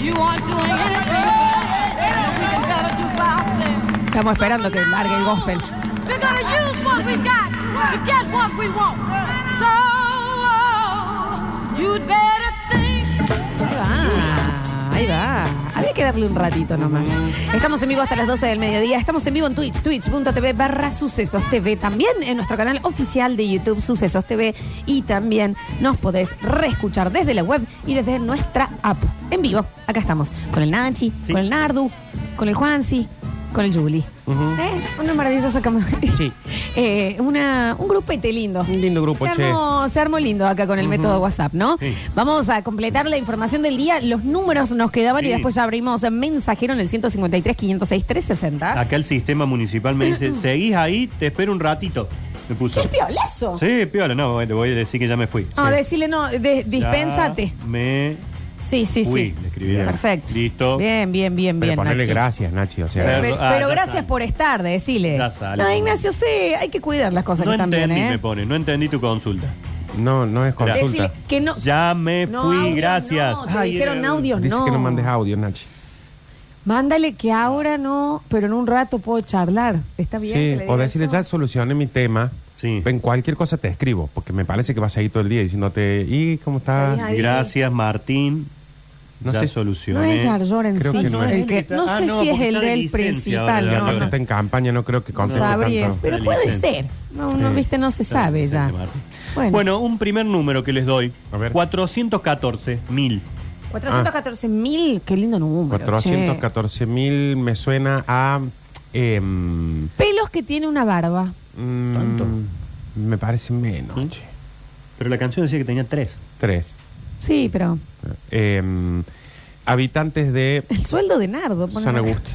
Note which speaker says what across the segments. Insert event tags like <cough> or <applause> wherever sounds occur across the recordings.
Speaker 1: you aren't doing anything but we can better do by ourselves.
Speaker 2: Estamos esperando que largue el gospel.
Speaker 1: We're gonna use what we got to get what we want. So oh, you'd better think.
Speaker 2: Ahí va, ahí va. Había que darle un ratito nomás. Estamos en vivo hasta las 12 del mediodía. Estamos en vivo en Twitch, twitch.tv barra Sucesos TV. También en nuestro canal oficial de YouTube, Sucesos TV. Y también nos podés reescuchar desde la web y desde nuestra app. En vivo, acá estamos. Con el Nachi,
Speaker 3: Sí.
Speaker 2: con el Nardu, con el Juansi, con el Juli.
Speaker 3: Ujú.
Speaker 2: ¿Eh? Una maravillosa cama.
Speaker 3: Sí.
Speaker 2: <laughs> Eh, una, un grupete lindo.
Speaker 3: Un lindo grupo,
Speaker 2: se armó, se armó lindo acá con el método WhatsApp, ¿no?
Speaker 3: Sí.
Speaker 2: Vamos a completar la información del día. Los números nos quedaban y
Speaker 3: Sí.
Speaker 2: después ya abrimos mensajero en el 153 506 360.
Speaker 3: Acá el sistema municipal me
Speaker 2: <laughs>
Speaker 3: dice, seguís ahí, te espero un ratito. Me puso.
Speaker 2: ¡Qué piolazo!
Speaker 3: Sí, piola, no, le voy a decir que ya me fui.
Speaker 2: No,
Speaker 3: Sí.
Speaker 2: decirle no, de- dispénsate.
Speaker 3: Ya Me
Speaker 2: Sí, sí,
Speaker 3: fui,
Speaker 2: sí.
Speaker 3: le escribí.
Speaker 2: Perfecto.
Speaker 3: Listo.
Speaker 2: Bien, bien, bien,
Speaker 4: Pero
Speaker 2: bien.
Speaker 4: ponerle
Speaker 2: Nachi.
Speaker 4: gracias, Nachi. O sea,
Speaker 2: Pero,
Speaker 3: Claro.
Speaker 2: pero-
Speaker 3: Ah,
Speaker 2: pero
Speaker 3: ya
Speaker 2: gracias
Speaker 3: sale.
Speaker 2: por estar, decile.
Speaker 3: Ya sale.
Speaker 2: No, Ignacio, sí, hay que cuidar las cosas
Speaker 3: No
Speaker 2: que están bien,
Speaker 3: entendí,
Speaker 2: ¿eh?
Speaker 3: me pone, no entendí tu consulta.
Speaker 4: no, no es consulta.
Speaker 2: Decile que no.
Speaker 3: Ya me
Speaker 2: No,
Speaker 3: fui,
Speaker 2: audio
Speaker 3: gracias.
Speaker 2: No, te
Speaker 3: Ay,
Speaker 2: dijeron
Speaker 3: eh,
Speaker 2: audio,
Speaker 4: Dice
Speaker 2: no.
Speaker 4: que no mandes audio, Nachi.
Speaker 2: Mándale que ahora no, pero en un rato puedo charlar. ¿Está bien? que le
Speaker 4: Sí,
Speaker 2: diga
Speaker 4: o decirle,
Speaker 2: eso?
Speaker 4: ya solucioné mi tema.
Speaker 3: Sí.
Speaker 4: En cualquier cosa te escribo, porque me parece que vas a ir todo el día diciéndote, ¿y cómo estás?
Speaker 2: Sí, ahí.
Speaker 3: Gracias, Martín.
Speaker 4: No
Speaker 3: ya
Speaker 4: sé-
Speaker 3: solucioné.
Speaker 2: eh. No es Yarlor en
Speaker 4: Creo
Speaker 2: sí,
Speaker 4: que no
Speaker 2: el
Speaker 4: es.
Speaker 2: que- no
Speaker 3: Ah,
Speaker 2: sé
Speaker 3: no,
Speaker 2: si es
Speaker 3: porque
Speaker 2: el
Speaker 3: está de
Speaker 2: del
Speaker 3: licencia
Speaker 2: principal,
Speaker 3: ahora,
Speaker 2: no,
Speaker 4: Aparte
Speaker 2: no,
Speaker 4: está en campaña, no creo que
Speaker 2: no
Speaker 4: conteste
Speaker 2: sabría,
Speaker 4: tanto.
Speaker 2: pero
Speaker 3: de
Speaker 2: puede
Speaker 3: licencia.
Speaker 2: ser, no, no, viste, no se
Speaker 3: Sí,
Speaker 2: sabe
Speaker 3: sí,
Speaker 2: ya.
Speaker 3: sí, Martín.
Speaker 2: Bueno,
Speaker 3: Bueno. un primer número que les doy.
Speaker 4: A ver.
Speaker 3: 414 mil.
Speaker 2: 414 mil, qué lindo número. che.
Speaker 4: 414 mil me suena a... em,
Speaker 2: Pelos que tiene una barba.
Speaker 4: mm,
Speaker 3: ¿Tanto?
Speaker 4: Me parece menos.
Speaker 3: ¿Mm? Pero la canción decía que tenía
Speaker 4: <laughs>
Speaker 3: tres.
Speaker 4: Tres.
Speaker 2: Sí, pero
Speaker 4: Em, habitantes de
Speaker 2: el sueldo de Nardo. ponele.
Speaker 4: San Agustín.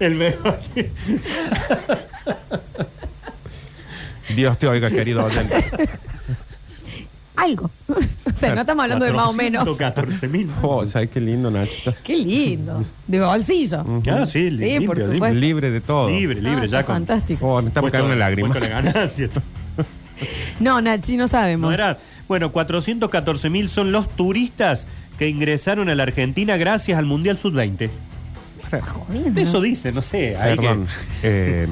Speaker 3: El mejor.
Speaker 4: Dios te oiga,
Speaker 3: <laughs>
Speaker 4: querido oyente.
Speaker 2: Algo. <laughs> o sea, no estamos hablando de más o menos.
Speaker 3: 414 mil.
Speaker 4: Oh, ¿Sabes qué lindo, Nacho?
Speaker 2: Qué lindo. De bolsillo.
Speaker 3: <laughs> Ah,
Speaker 2: Sí,
Speaker 3: sí, limpio,
Speaker 2: por
Speaker 3: limpio.
Speaker 2: supuesto.
Speaker 4: Libre de todo.
Speaker 3: Libre,
Speaker 2: Ah,
Speaker 3: libre,
Speaker 2: está
Speaker 3: ya con.
Speaker 2: Fantástico.
Speaker 4: Oh, me está
Speaker 3: puesto-
Speaker 4: cayendo una lágrima.
Speaker 3: puesto la
Speaker 4: <laughs>
Speaker 3: ganancia.
Speaker 2: No, Nachi, no sabemos.
Speaker 3: No era- Bueno, 414 mil son los turistas que ingresaron a la Argentina gracias al Mundial Sub-20.
Speaker 2: Jodiendo.
Speaker 3: De eso dice, no sé. hay que-
Speaker 4: Perdón. Em,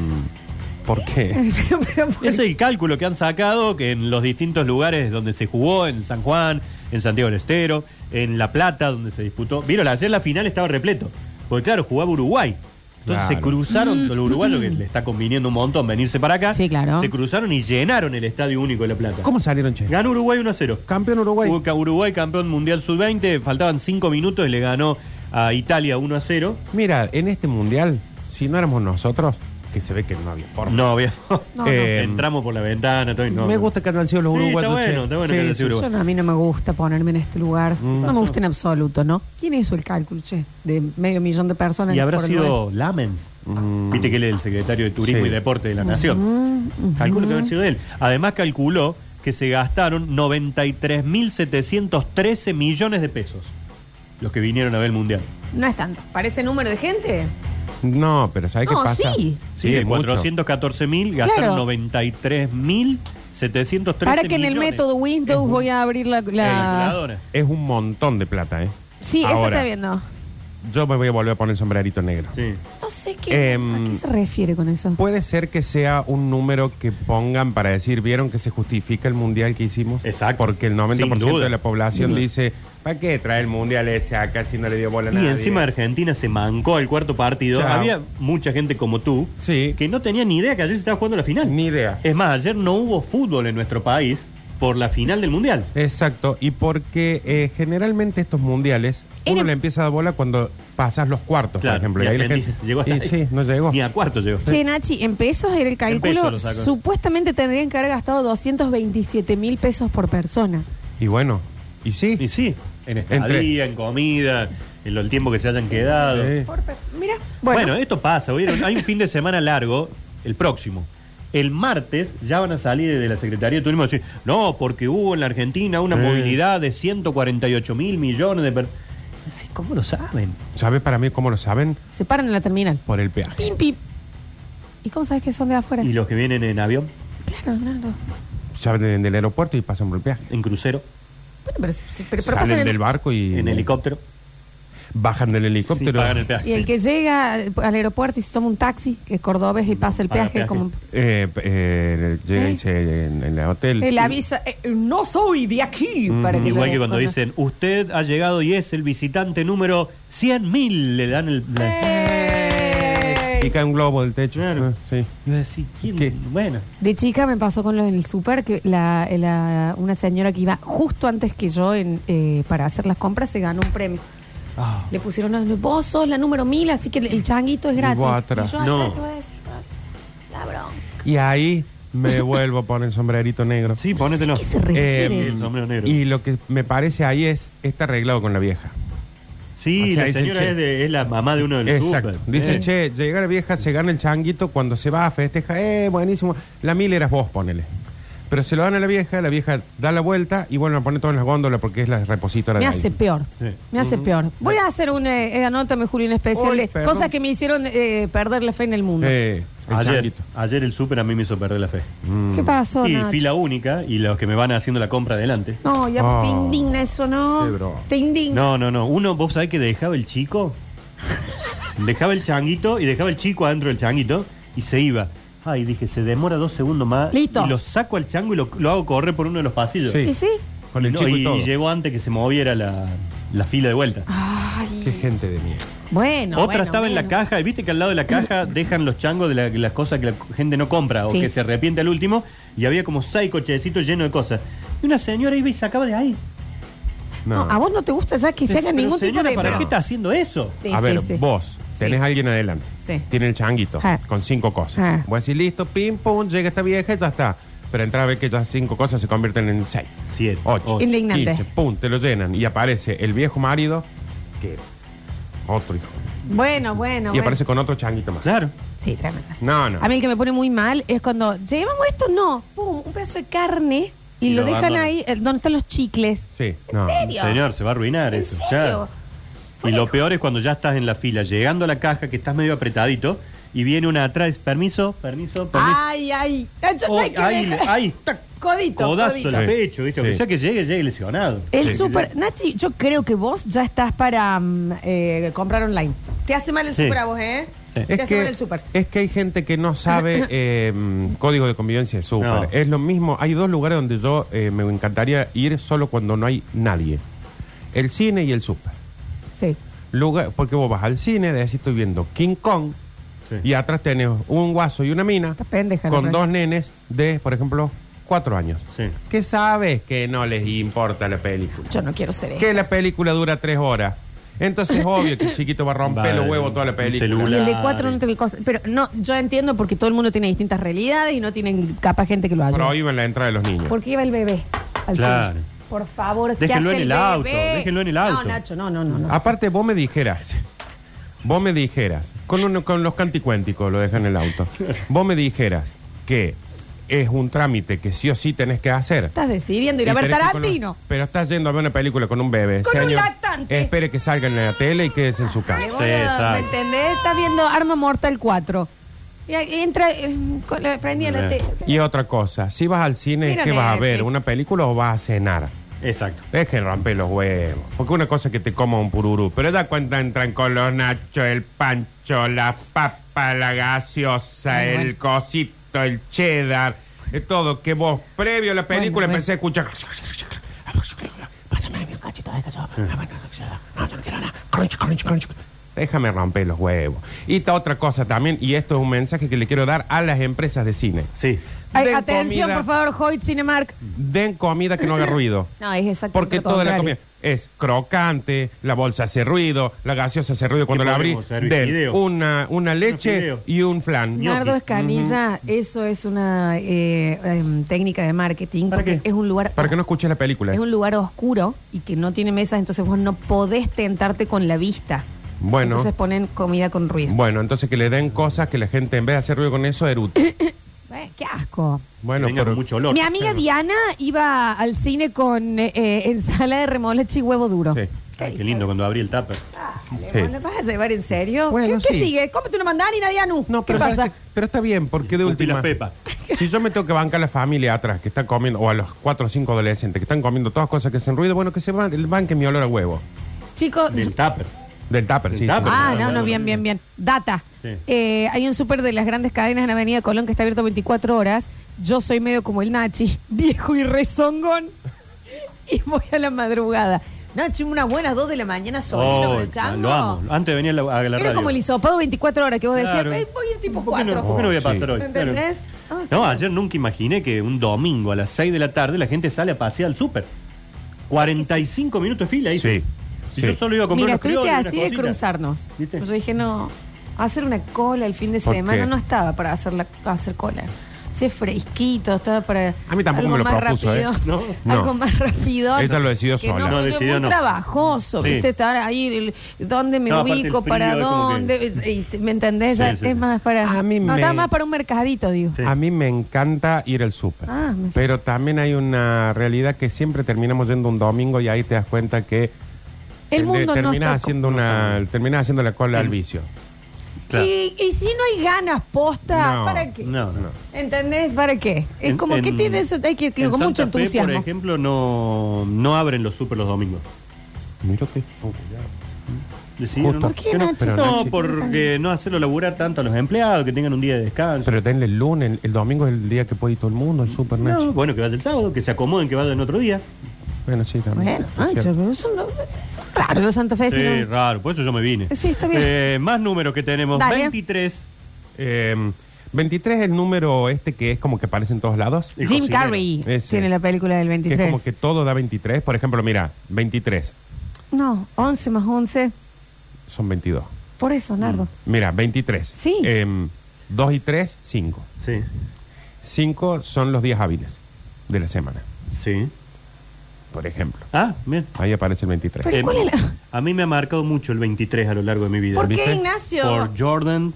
Speaker 4: ¿Por
Speaker 3: <laughs>
Speaker 4: qué?
Speaker 2: <laughs> Pero, pero, ¿por
Speaker 3: Es el cálculo que han sacado que en los distintos lugares donde se jugó, en San Juan, en Santiago del Estero, en La Plata, donde se disputó. Vieron, ayer la final estaba repleto. Porque claro, jugaba Uruguay. Entonces
Speaker 4: Claro.
Speaker 3: se cruzaron, los uruguayos, que le está conviniendo un montón venirse para acá,
Speaker 2: Sí, claro.
Speaker 3: se cruzaron y llenaron el Estadio Único de La Plata.
Speaker 4: ¿Cómo salieron, che?
Speaker 3: Ganó Uruguay 1 a 0.
Speaker 4: Campeón Uruguay.
Speaker 3: Uruguay. Uruguay campeón mundial sub-20, faltaban 5 minutos y le ganó a Italia 1 a 0.
Speaker 4: Mira, en este mundial, si no éramos nosotros, que se ve que no había forma.
Speaker 3: No, <laughs> bien.
Speaker 2: No, no.
Speaker 4: Eh,
Speaker 3: Entramos por la ventana, todo y no.
Speaker 4: me
Speaker 3: no.
Speaker 4: gusta que hayan sido los
Speaker 3: Sí, está
Speaker 4: uruguayos.
Speaker 3: bueno,
Speaker 4: che.
Speaker 3: está bueno Mm. que hayan sido
Speaker 4: sí,
Speaker 2: Yo no, a mí no me gusta ponerme en este lugar. No me gusta en absoluto, ¿no? ¿Quién hizo el cálculo, che? De medio millón de personas.
Speaker 3: Y habrá
Speaker 2: por el lugar.
Speaker 3: sido Lamens.
Speaker 4: Mm.
Speaker 3: Viste que él es el secretario de Turismo
Speaker 4: Sí.
Speaker 3: y Deporte de la Nación. Calculo que habrá sido él. Además calculó que se gastaron 93.713 millones de pesos los que vinieron a ver el Mundial.
Speaker 2: No es tanto. ¿Parece número de gente?
Speaker 4: No, pero ¿sabes
Speaker 2: No,
Speaker 4: qué pasa?
Speaker 2: sí.
Speaker 3: Sí, de
Speaker 4: es mucho.
Speaker 3: 414.000 gastaron
Speaker 2: Claro.
Speaker 3: 93.713
Speaker 2: Para que en el
Speaker 3: millones.
Speaker 2: método Windows voy a abrir la...
Speaker 3: Eh,
Speaker 2: la...
Speaker 3: calculadora.
Speaker 4: Es un montón de plata, ¿eh?
Speaker 2: Sí, eso
Speaker 4: Ahora,
Speaker 2: está viendo. No
Speaker 4: Yo me voy a volver a poner el sombrerito negro.
Speaker 3: Sí.
Speaker 2: sé qué...
Speaker 4: Em,
Speaker 2: ¿A qué se refiere con eso?
Speaker 4: Puede ser que sea un número que pongan para decir, vieron que se justifica el mundial que hicimos.
Speaker 3: Exacto.
Speaker 4: Porque el
Speaker 3: Sin
Speaker 4: 90%
Speaker 3: duda.
Speaker 4: de la población
Speaker 3: Sin duda.
Speaker 4: dice, ¿para qué trae el mundial ese acá si no le dio bola a
Speaker 3: Y
Speaker 4: nadie?
Speaker 3: encima Argentina se mancó el cuarto partido.
Speaker 4: Chao.
Speaker 3: Había mucha gente como tú
Speaker 4: Sí.
Speaker 3: que no tenía ni idea que ayer se estaba jugando la final.
Speaker 4: Ni idea.
Speaker 3: Es más, ayer no hubo fútbol en nuestro país por la final del Mundial.
Speaker 4: Exacto. Y porque eh, generalmente estos mundiales,
Speaker 2: En
Speaker 4: uno
Speaker 2: el-
Speaker 4: le empieza a dar bola cuando pasas los cuartos,
Speaker 3: Claro,
Speaker 4: por ejemplo.
Speaker 3: y
Speaker 4: Y ahí la
Speaker 3: Argentina
Speaker 4: gente-
Speaker 3: llegó hasta
Speaker 4: y
Speaker 3: ahí.
Speaker 4: sí, no llegó.
Speaker 3: Ni a cuarto llegó.
Speaker 2: Che, Nachi, en pesos era el cálculo.
Speaker 3: pesos lo saco.
Speaker 2: Supuestamente tendrían que haber gastado 227 mil pesos por persona.
Speaker 4: Y bueno, y sí.
Speaker 3: Y sí, en estadía, en comida, en lo- el tiempo que se hayan quedado.
Speaker 4: Sí.
Speaker 2: Por per- Mira,
Speaker 3: Bueno. eh.
Speaker 2: bueno,
Speaker 3: esto pasa. ¿vieron? Hay un fin de semana largo, el próximo. El martes ya van a salir de la Secretaría de Turismo y decir, no, porque hubo en la Argentina una
Speaker 4: Sí.
Speaker 3: movilidad de 148 mil millones de personas. ¿Cómo lo saben?
Speaker 4: ¿Sabes para mí cómo lo saben?
Speaker 2: se paran en la terminal.
Speaker 4: Por el peaje.
Speaker 2: Pim, pim. ¿Y cómo sabes que son de afuera?
Speaker 3: ¿Y los que vienen en avión,
Speaker 2: Claro, Nardo.
Speaker 4: Saben del aeropuerto y pasan por el peaje.
Speaker 3: en crucero?
Speaker 2: Bueno, pero, pero- pero pasan
Speaker 4: Salen
Speaker 2: en-
Speaker 4: del barco y.
Speaker 3: En helicóptero.
Speaker 4: Bajan del
Speaker 3: Sí,
Speaker 4: helicóptero.
Speaker 3: pagan el peaje.
Speaker 2: Y el que llega eh, al aeropuerto y se toma un taxi, que es cordobés, y pasa el
Speaker 3: Paga
Speaker 2: peaje
Speaker 3: Ah, peaje.
Speaker 2: como...
Speaker 4: Eh, eh, llega y se- en, en el hotel.
Speaker 2: Él avisa, eh, no soy de aquí. para que
Speaker 3: Igual
Speaker 2: lo-
Speaker 3: que cuando dicen, usted ha llegado y es el visitante número 100.000, le dan el...
Speaker 2: ¡Ey!
Speaker 4: Pica un globo del techo.
Speaker 3: Claro.
Speaker 4: Ah, sí.
Speaker 3: Yo decía, ¿quién?
Speaker 4: ¿Qué?
Speaker 3: Bueno.
Speaker 2: De chica me pasó con lo del súper, que la, la- una señora que iba justo antes que yo en, eh, para hacer las compras se ganó un premio.
Speaker 3: Ah.
Speaker 2: Le pusieron, "Ah, vos sos la número mil, así que el- el changuito es
Speaker 4: Y
Speaker 2: gratis.
Speaker 4: vos atrás.
Speaker 2: Y yo
Speaker 3: No.
Speaker 2: atrás, ¿qué voy a decir? La bronca.
Speaker 4: Y ahí
Speaker 2: <laughs>
Speaker 4: me vuelvo a poner el sombrerito negro.
Speaker 3: Sí, ponételo.
Speaker 2: ¿Qué se refiere?
Speaker 4: Eh,
Speaker 3: el sombrero negro.
Speaker 4: Y lo que me parece ahí es, está arreglado con la vieja.
Speaker 3: Sí,
Speaker 4: O sea,
Speaker 3: la
Speaker 4: dicen,
Speaker 3: señora
Speaker 4: che.
Speaker 3: es, de- es la mamá de uno de los
Speaker 4: Exacto.
Speaker 3: súper.
Speaker 4: Dice,
Speaker 3: Eh.
Speaker 4: che, llega la vieja, se gana el changuito, cuando se va, festeja, eh, buenísimo. La mil eras vos, ponele. Pero se lo dan a la vieja, la vieja da la vuelta y bueno, a poner todo en las góndolas porque es la repositora
Speaker 2: Me
Speaker 4: de
Speaker 2: hace
Speaker 4: ahí.
Speaker 2: peor.
Speaker 3: Sí.
Speaker 2: Me hace peor. Voy a hacer un eh, eh, anótame, Julio, un especial
Speaker 4: Uy,
Speaker 2: de
Speaker 4: perdón.
Speaker 2: cosas que me hicieron eh, perder la fe en el mundo.
Speaker 4: Eh, el
Speaker 3: Ayer, Mm.
Speaker 4: changuito.
Speaker 3: ayer el súper a mí me hizo perder la fe.
Speaker 2: ¿Qué pasó,
Speaker 3: Y
Speaker 2: Nacho?
Speaker 3: fila única y los que me van haciendo la compra adelante.
Speaker 2: No, ya
Speaker 4: Oh.
Speaker 2: te indigna eso, ¿no?
Speaker 4: Qué bro.
Speaker 2: Te indigna.
Speaker 3: Ah. No, no, no. Uno, vos sabés que dejaba el chico. Dejaba el changuito y dejaba el chico adentro del changuito y se iba. Ay, dije, se demora dos segundos más.
Speaker 2: Listo.
Speaker 3: Y lo saco al chango y lo, lo hago correr por uno de los pasillos.
Speaker 4: Sí.
Speaker 2: ¿Y sí?
Speaker 4: Con el
Speaker 3: No,
Speaker 4: chico y,
Speaker 3: y,
Speaker 4: todo.
Speaker 3: llegó antes que se moviera la, la fila de vuelta.
Speaker 2: Ay.
Speaker 4: Qué gente de mierda.
Speaker 2: Bueno,
Speaker 3: Otra
Speaker 2: Ah, bueno,
Speaker 3: estaba en la
Speaker 2: bueno.
Speaker 3: caja, y viste que al lado de
Speaker 2: <coughs>
Speaker 3: la caja dejan los changos de la- las cosas que la gente no compra o
Speaker 2: Sí.
Speaker 3: que se arrepiente al último, y había como seis cochecitos llenos de cosas. Y una señora iba y sacaba de ahí.
Speaker 2: No, a vos no te gusta ya que se haga
Speaker 3: Pero,
Speaker 2: ningún tipo
Speaker 3: señora,
Speaker 2: de...
Speaker 3: ¿Para
Speaker 2: pero-
Speaker 3: qué está haciendo eso?
Speaker 2: Sí,
Speaker 4: a
Speaker 2: sí,
Speaker 4: ver,
Speaker 2: sí.
Speaker 4: vos tenés
Speaker 2: Sí.
Speaker 4: a alguien adelante.
Speaker 2: Sí.
Speaker 4: Tiene el changuito
Speaker 2: Ah.
Speaker 4: con cinco cosas.
Speaker 2: Ah.
Speaker 4: Voy a decir, listo, pim, pum, llega esta vieja y ya está. Pero entra a ver que esas cinco cosas se convierten en seis.
Speaker 3: Siete,
Speaker 4: Ocho.
Speaker 3: ocho.
Speaker 2: Indignante.
Speaker 4: Quince, pum, te lo llenan. Y aparece el viejo marido, que otro hijo.
Speaker 2: Bueno, bueno,
Speaker 4: y
Speaker 2: bueno.
Speaker 4: aparece con otro changuito más.
Speaker 3: Claro.
Speaker 2: Sí, tremenda.
Speaker 4: No, no.
Speaker 2: A mí el que me pone muy mal es cuando llevamos esto, no, pum, un pedazo de carne y,
Speaker 3: Y
Speaker 2: lo,
Speaker 3: lo
Speaker 2: dejan
Speaker 3: abandonan.
Speaker 2: ahí eh, donde están los chicles.
Speaker 4: Sí,
Speaker 2: ¿En
Speaker 4: no.
Speaker 2: serio?
Speaker 3: Señor, se va a arruinar
Speaker 2: ¿En
Speaker 3: eso.
Speaker 2: serio?
Speaker 3: claro. Y
Speaker 2: Fuera
Speaker 3: lo
Speaker 2: de-
Speaker 3: peor es cuando ya estás en la fila, llegando a la caja, que estás medio apretadito, y viene una atrás, permiso, permiso, permiso.
Speaker 2: Ay, ay. Nacho, no hay
Speaker 3: Ay,
Speaker 2: que
Speaker 3: ay,
Speaker 2: dejar-
Speaker 3: ay, tac.
Speaker 2: Codito,
Speaker 3: Codazo
Speaker 2: codito.
Speaker 3: en el
Speaker 4: Sí.
Speaker 3: pecho, ¿viste?
Speaker 4: Sí.
Speaker 3: O sea que llegue, llegue lesionado.
Speaker 2: El
Speaker 3: Sí.
Speaker 2: super. Nachi, yo creo que vos ya estás para mm, eh, comprar online. Te hace mal el
Speaker 3: Sí.
Speaker 2: super a vos, ¿eh?
Speaker 3: Sí.
Speaker 2: Te
Speaker 4: Es
Speaker 2: hace mal
Speaker 4: que,
Speaker 2: el super.
Speaker 4: es que hay gente que
Speaker 2: <coughs>
Speaker 4: no sabe eh, mm, código de convivencia de súper.
Speaker 3: No.
Speaker 4: Es lo mismo. Hay dos lugares donde yo eh, me encantaría ir solo cuando no hay nadie. El cine y el súper.
Speaker 2: Sí.
Speaker 4: Lugar, porque vos vas al cine, decís estoy viendo King Kong
Speaker 3: Sí.
Speaker 4: y atrás tenés un guaso y una mina
Speaker 2: Está pendeja, la
Speaker 4: con
Speaker 2: verdad.
Speaker 4: dos nenes de, por ejemplo, cuatro años.
Speaker 3: Sí.
Speaker 4: Que sabes que no les importa la película.
Speaker 2: Yo no quiero ser eso.
Speaker 4: Que la película dura tres horas. Entonces es obvio que el chiquito va a romper
Speaker 3: Va,
Speaker 4: los huevos
Speaker 3: el-
Speaker 4: toda la
Speaker 3: el
Speaker 4: película.
Speaker 2: Y el de
Speaker 3: Claro.
Speaker 2: cuatro no te cosa. Pero no, yo entiendo porque todo el mundo tiene distintas realidades y no tienen capaz gente que lo ayude.
Speaker 4: Prohíben la entrada de los niños.
Speaker 2: ¿Por qué iba el bebé al
Speaker 3: Claro.
Speaker 2: cine? Por favor, ¿qué
Speaker 3: Déjenlo
Speaker 2: hace
Speaker 3: en el
Speaker 2: bebé?
Speaker 3: auto, déjenlo en el
Speaker 2: No,
Speaker 3: auto. Ah.
Speaker 2: Nacho, no, no, no. no.
Speaker 4: Aparte, vos me dijeras, vos me dijeras, con, uno- con los canticuénticos lo dejan en el auto, vos me dijeras que es un trámite que sí o sí tenés que hacer.
Speaker 2: Estás decidiendo ir a
Speaker 4: Y
Speaker 2: ver
Speaker 4: tenés que
Speaker 2: Tarantino.
Speaker 4: cono- Pero estás yendo a ver una película con un bebé.
Speaker 2: Con un
Speaker 4: señor.
Speaker 2: lactante.
Speaker 4: Espere que salga en la tele y quédese en su
Speaker 2: Le
Speaker 4: casa.
Speaker 2: voy a-
Speaker 3: exacto.
Speaker 2: ¿Me entendés? Estás viendo Arma Mortal 4. Y ahí entra, eh, con la- prendí la
Speaker 3: Bien.
Speaker 2: tele.
Speaker 4: Y otra cosa, si vas al cine,
Speaker 2: Mira
Speaker 4: ¿qué vas a
Speaker 2: Netflix.
Speaker 4: ver? ¿Una película o vas a cenar?
Speaker 3: Exacto.
Speaker 4: Es que rompe los huevos. Porque una cosa es que te coma un pururú, pero da cuenta entran con los nachos, el pancho, la papa, la gaseosa,
Speaker 2: Ay,
Speaker 4: el
Speaker 2: bueno.
Speaker 4: cosito, el cheddar, de todo. Que vos, previo a la película,
Speaker 2: bueno.
Speaker 4: empecé a escuchar. Mm.
Speaker 2: Pásame un cachito de Ah, cachorro.
Speaker 4: Déjame romper los huevos. Y esta otra cosa también, y esto es un mensaje que le quiero dar a las empresas de cine.
Speaker 3: Sí.
Speaker 2: Ay,
Speaker 4: Den
Speaker 2: atención,
Speaker 4: comida-
Speaker 2: por favor, Hoyt Cinemark.
Speaker 4: Den comida que no haga ruido.
Speaker 2: No, es exactamente
Speaker 4: Porque
Speaker 2: lo
Speaker 4: toda la
Speaker 2: contrario.
Speaker 4: comida es crocante, la bolsa hace ruido, la gaseosa hace ruido cuando la abrí.
Speaker 3: podemos servir?
Speaker 4: Den
Speaker 3: Fideo.
Speaker 4: una, una leche
Speaker 3: Fideo.
Speaker 4: y un flan.
Speaker 2: Nardo
Speaker 3: Gnocchi.
Speaker 2: Escanilla, eso es una eh, em, técnica de marketing
Speaker 3: ¿Para
Speaker 2: porque
Speaker 3: qué?
Speaker 2: es un lugar
Speaker 4: Para que no escuches la película.
Speaker 2: es un lugar oscuro y que no tiene mesas, entonces vos no podés tentarte con la vista.
Speaker 4: Bueno.
Speaker 2: Entonces ponen comida con ruido.
Speaker 4: Bueno, entonces que le den cosas que la gente en vez de hacer ruido con eso,
Speaker 2: <laughs>
Speaker 4: erute.
Speaker 2: Eh, qué asco.
Speaker 4: Bueno,
Speaker 3: Venga
Speaker 4: pero
Speaker 3: con mucho olor.
Speaker 2: Mi amiga Diana iba al cine con eh, eh, ensalada de remolacha y huevo duro.
Speaker 4: Sí.
Speaker 3: Ah, Ay, qué lindo cuando abrí el tupper.
Speaker 2: Dale,
Speaker 4: Sí.
Speaker 2: vos, ¿la vas a llevar en serio?
Speaker 4: Bueno,
Speaker 2: ¿Qué, qué
Speaker 4: sí.
Speaker 2: sigue? Cómete una mandarina, Dianu.
Speaker 4: No,
Speaker 2: ¿Qué
Speaker 4: pero,
Speaker 2: pasa?
Speaker 4: parece- pero está bien, porque de
Speaker 3: Escupí
Speaker 4: última.
Speaker 3: las pepas.
Speaker 4: Si yo me tengo que bancar a la familia atrás que está comiendo, o a los cuatro o cinco adolescentes que están comiendo todas cosas que hacen ruido, bueno, que se ban- banquen mi olor a huevo.
Speaker 2: Chicos,
Speaker 3: Del tupper.
Speaker 4: Del tupper,
Speaker 3: Del
Speaker 4: sí.
Speaker 3: tupper.
Speaker 2: Ah,
Speaker 3: Pero
Speaker 2: no,
Speaker 3: no,
Speaker 2: no,
Speaker 3: no,
Speaker 2: bien,
Speaker 3: no.
Speaker 2: bien, bien. Data.
Speaker 3: Sí.
Speaker 2: Eh, hay un súper de las grandes cadenas en Avenida Colón que está abierto 24 horas. Yo soy medio como el Nachi, <laughs> viejo y rezongón. Y voy a la madrugada. Nachi, unas buenas dos de la mañana solito
Speaker 3: Oh,
Speaker 2: con el chango.
Speaker 3: Lo amo. Antes de venir a la, a la
Speaker 2: Era
Speaker 3: radio.
Speaker 2: como el hisopado 24 horas que vos decías,
Speaker 3: Claro.
Speaker 2: "Ey, voy el tipo
Speaker 3: ¿Por qué no,
Speaker 2: 4.
Speaker 3: por qué no voy a
Speaker 4: Oh,
Speaker 3: pasar
Speaker 4: sí.
Speaker 3: hoy? Claro.
Speaker 2: ¿Entendés? Ah,
Speaker 3: No, ayer nunca imaginé que un domingo a las 6 de la tarde la gente sale a pasear al súper. 45 minutos de fila. hizo.
Speaker 4: Sí,
Speaker 3: Y
Speaker 4: sí.
Speaker 3: yo solo iba a comprar
Speaker 2: Mira,
Speaker 3: unos
Speaker 2: estuviste
Speaker 3: criollos y
Speaker 2: así
Speaker 3: unas
Speaker 2: de
Speaker 3: cositas.
Speaker 2: cruzarnos.
Speaker 3: ¿Viste?
Speaker 2: Yo dije, no, hacer una cola el fin de
Speaker 4: ¿Por
Speaker 2: semana
Speaker 4: qué?
Speaker 2: no estaba para hacer, la, para hacer cola. Hacía fresquito, estaba para.
Speaker 4: A mí tampoco
Speaker 2: algo
Speaker 4: me lo
Speaker 2: más
Speaker 4: propuso,
Speaker 2: rápido.
Speaker 4: ¿eh?
Speaker 3: No.
Speaker 2: <laughs> Algo
Speaker 4: No.
Speaker 2: más rápido.
Speaker 4: Ella lo decidió
Speaker 2: Que
Speaker 4: sola.
Speaker 2: No,
Speaker 4: No,
Speaker 2: porque
Speaker 3: decidió
Speaker 2: es muy
Speaker 3: no.
Speaker 2: trabajoso,
Speaker 3: Sí.
Speaker 2: ¿viste? Estar ahí, el- ¿dónde me
Speaker 3: No, aparte el
Speaker 2: ubico? ¿Para
Speaker 3: frío es como
Speaker 2: dónde?
Speaker 3: <laughs>
Speaker 2: Y te- ¿Me entendés?
Speaker 3: Sí,
Speaker 2: Ya
Speaker 3: sí,
Speaker 2: es
Speaker 3: sí.
Speaker 2: más para.
Speaker 4: A mí
Speaker 2: no,
Speaker 4: me-
Speaker 2: estaba más para un mercadito, digo.
Speaker 3: Sí.
Speaker 4: A mí me encanta ir al súper.
Speaker 2: Ah, me-
Speaker 4: Pero también hay una realidad que siempre terminamos yendo un domingo y ahí te das cuenta que
Speaker 2: El
Speaker 4: te-
Speaker 2: mundo no
Speaker 4: terminás
Speaker 2: está.
Speaker 4: haciendo una terminás haciendo la cola al
Speaker 3: Sí.
Speaker 4: vicio.
Speaker 3: Claro.
Speaker 2: Y, y si no hay ganas posta,
Speaker 4: No,
Speaker 2: ¿para qué?
Speaker 3: Ah, No, no.
Speaker 2: ¿Entendés? ¿Para qué? Es
Speaker 3: En-
Speaker 2: como que
Speaker 3: en-
Speaker 2: tiene eso, hay que ir
Speaker 3: en
Speaker 2: con mucho
Speaker 3: Santa Fe,
Speaker 2: entusiasmo.
Speaker 3: por ejemplo, no, no abren los súper los domingos.
Speaker 4: Mira qué
Speaker 3: Decidieron
Speaker 4: Justo. ¿Por
Speaker 2: qué,
Speaker 3: que no,
Speaker 2: Nacho?
Speaker 3: pero
Speaker 4: Pero,
Speaker 3: no,
Speaker 4: Nacho.
Speaker 3: porque no hacerlo laburar tanto a los empleados, que tengan un día de descanso.
Speaker 4: Pero denle el lunes, el, el domingo es el día que puede ir todo el mundo al súper,
Speaker 3: No,
Speaker 4: Nacho.
Speaker 3: bueno, que vaya el sábado, que se acomoden, que vayan otro día.
Speaker 4: Bueno, sí, también.
Speaker 2: Bueno, ah, Nacho, pero son, son raros los santafesinos.
Speaker 3: Sí, raro, por eso yo me vine.
Speaker 2: Sí, está bien.
Speaker 3: Eh, más números que tenemos,
Speaker 2: Dale.
Speaker 3: 23.
Speaker 4: Eh, 23 es el número este que es como que aparece en todos lados.
Speaker 3: el
Speaker 2: Jim
Speaker 3: cocinero.
Speaker 2: Carrey
Speaker 4: Ese.
Speaker 2: tiene la película del
Speaker 4: Que es
Speaker 2: 23.
Speaker 4: como que todo da 23. Por ejemplo, mira, 23
Speaker 2: No, 11 más 11.
Speaker 4: son 22.
Speaker 2: Por eso, Nardo.
Speaker 4: Mira, 23.
Speaker 2: Sí.
Speaker 4: 2 y 3, 5.
Speaker 3: Sí,
Speaker 4: 5 son los días hábiles de la semana,
Speaker 3: sí.
Speaker 4: por ejemplo.
Speaker 3: Ah, bien.
Speaker 4: Ahí aparece el 23.
Speaker 2: Pero
Speaker 3: Eh,
Speaker 2: ¿cuál es la-
Speaker 3: A mí me ha marcado mucho el 23 a lo largo de mi vida.
Speaker 2: ¿Por
Speaker 3: ¿viste?
Speaker 2: qué, Ignacio? <laughs>
Speaker 3: Por Jordan.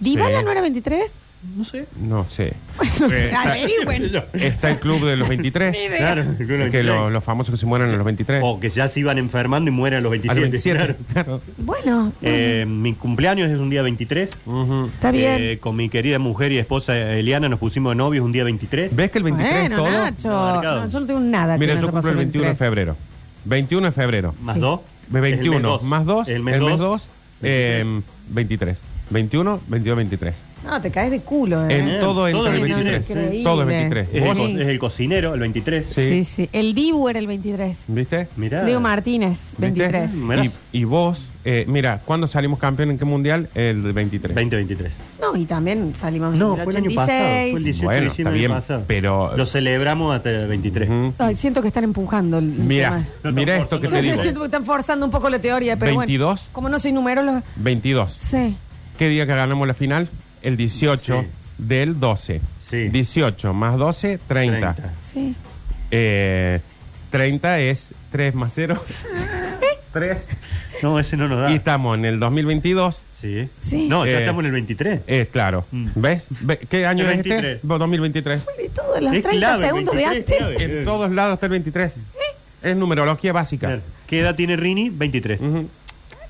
Speaker 2: ¿Dibala
Speaker 4: Sí.
Speaker 2: no era 23?
Speaker 3: No sé.
Speaker 4: No sé.
Speaker 2: <laughs>
Speaker 4: Eh,
Speaker 3: <laughs>
Speaker 4: está- <laughs>
Speaker 2: Averigüen.
Speaker 4: Está el club de los
Speaker 2: <laughs>
Speaker 4: 23.
Speaker 3: Claro, el club de los
Speaker 4: Que
Speaker 3: 23.
Speaker 4: lo- los famosos que se mueren a los 23.
Speaker 3: O "Oh, que ya se iban enfermando y mueren a los
Speaker 4: a
Speaker 3: 27.
Speaker 4: los 27.
Speaker 3: claro.
Speaker 4: claro.
Speaker 2: Bueno,
Speaker 3: Eh, mi cumpleaños es un día 23.
Speaker 4: <laughs> Ujú.
Speaker 2: está bien.
Speaker 3: Eh, con mi querida mujer y esposa Eliana nos pusimos de novios un día 23.
Speaker 4: ¿Ves que el 23 es
Speaker 2: bueno,
Speaker 4: todo?
Speaker 2: Nacho.
Speaker 3: Marcado.
Speaker 2: No, yo no tengo nada
Speaker 4: Mira,
Speaker 2: que
Speaker 4: yo
Speaker 2: no
Speaker 4: cumplo el 21 de febrero. 21 de febrero.
Speaker 3: Más
Speaker 2: Sí.
Speaker 3: 2.
Speaker 4: Ve- 21 más 2. El mes Eh, em, 2. 23. 21, 22, 23.
Speaker 2: No, te caes de culo. ¿eh?
Speaker 4: En todo
Speaker 3: Todo
Speaker 4: entra el
Speaker 3: el
Speaker 4: 23.
Speaker 2: 23.
Speaker 4: Todo es 23.
Speaker 3: Es, el,
Speaker 4: Vos,
Speaker 3: co- es el cocinero, el 23.
Speaker 4: Sí.
Speaker 2: Sí, sí. El Dibu era el 23.
Speaker 4: ¿Viste?
Speaker 3: Mirá.
Speaker 2: Diego Martínez,
Speaker 4: ¿Viste?
Speaker 2: 23.
Speaker 3: Mirá.
Speaker 4: Y, y vos, eh, mira, ¿cuándo salimos campeón en qué mundial? El del 23.
Speaker 3: 2023.
Speaker 2: No, y también salimos
Speaker 3: No,
Speaker 2: en el
Speaker 3: fue el año pasado. Fue el
Speaker 2: 86.
Speaker 3: 18
Speaker 4: Bueno,
Speaker 3: de
Speaker 4: está
Speaker 3: diciembre
Speaker 4: bien,
Speaker 3: del pasado.
Speaker 4: pero-
Speaker 3: Lo celebramos hasta el 23.
Speaker 4: Ujú.
Speaker 2: Ay, siento que están empujando el el
Speaker 4: Mira,
Speaker 2: tema.
Speaker 3: No,
Speaker 4: mira
Speaker 3: no,
Speaker 4: esto que
Speaker 3: no, no,
Speaker 4: te digo.
Speaker 2: siento que están forzando un poco la teoría, pero bueno.
Speaker 4: 22.
Speaker 2: Como no soy numerólogo,
Speaker 4: 22.
Speaker 2: sí.
Speaker 4: ¿Qué día que ganamos la final? El 18
Speaker 3: Sí.
Speaker 4: del 12.
Speaker 3: Sí.
Speaker 4: 18 más 12, 30.
Speaker 3: 30.
Speaker 2: Sí.
Speaker 4: Eh, 30 es 3
Speaker 3: <laughs>
Speaker 4: más 0. 3.
Speaker 3: No, ese no nos da.
Speaker 4: Y estamos en el 2022.
Speaker 3: Sí.
Speaker 2: Sí.
Speaker 3: No, ya
Speaker 4: Eh,
Speaker 3: estamos en el 23
Speaker 4: Eh, claro.
Speaker 3: Mm.
Speaker 4: ¿Ves? Ve- ¿Qué año
Speaker 3: El
Speaker 4: es
Speaker 3: 23.
Speaker 4: este? Bo- 2023.
Speaker 2: Y todos los
Speaker 3: Es
Speaker 2: 30
Speaker 3: clave,
Speaker 2: segundos de
Speaker 3: 23
Speaker 2: antes.
Speaker 3: clave.
Speaker 4: En todos lados está el 23. Es numerología básica.
Speaker 3: Claro. ¿Qué edad tiene Rini? 23.
Speaker 4: Ujú.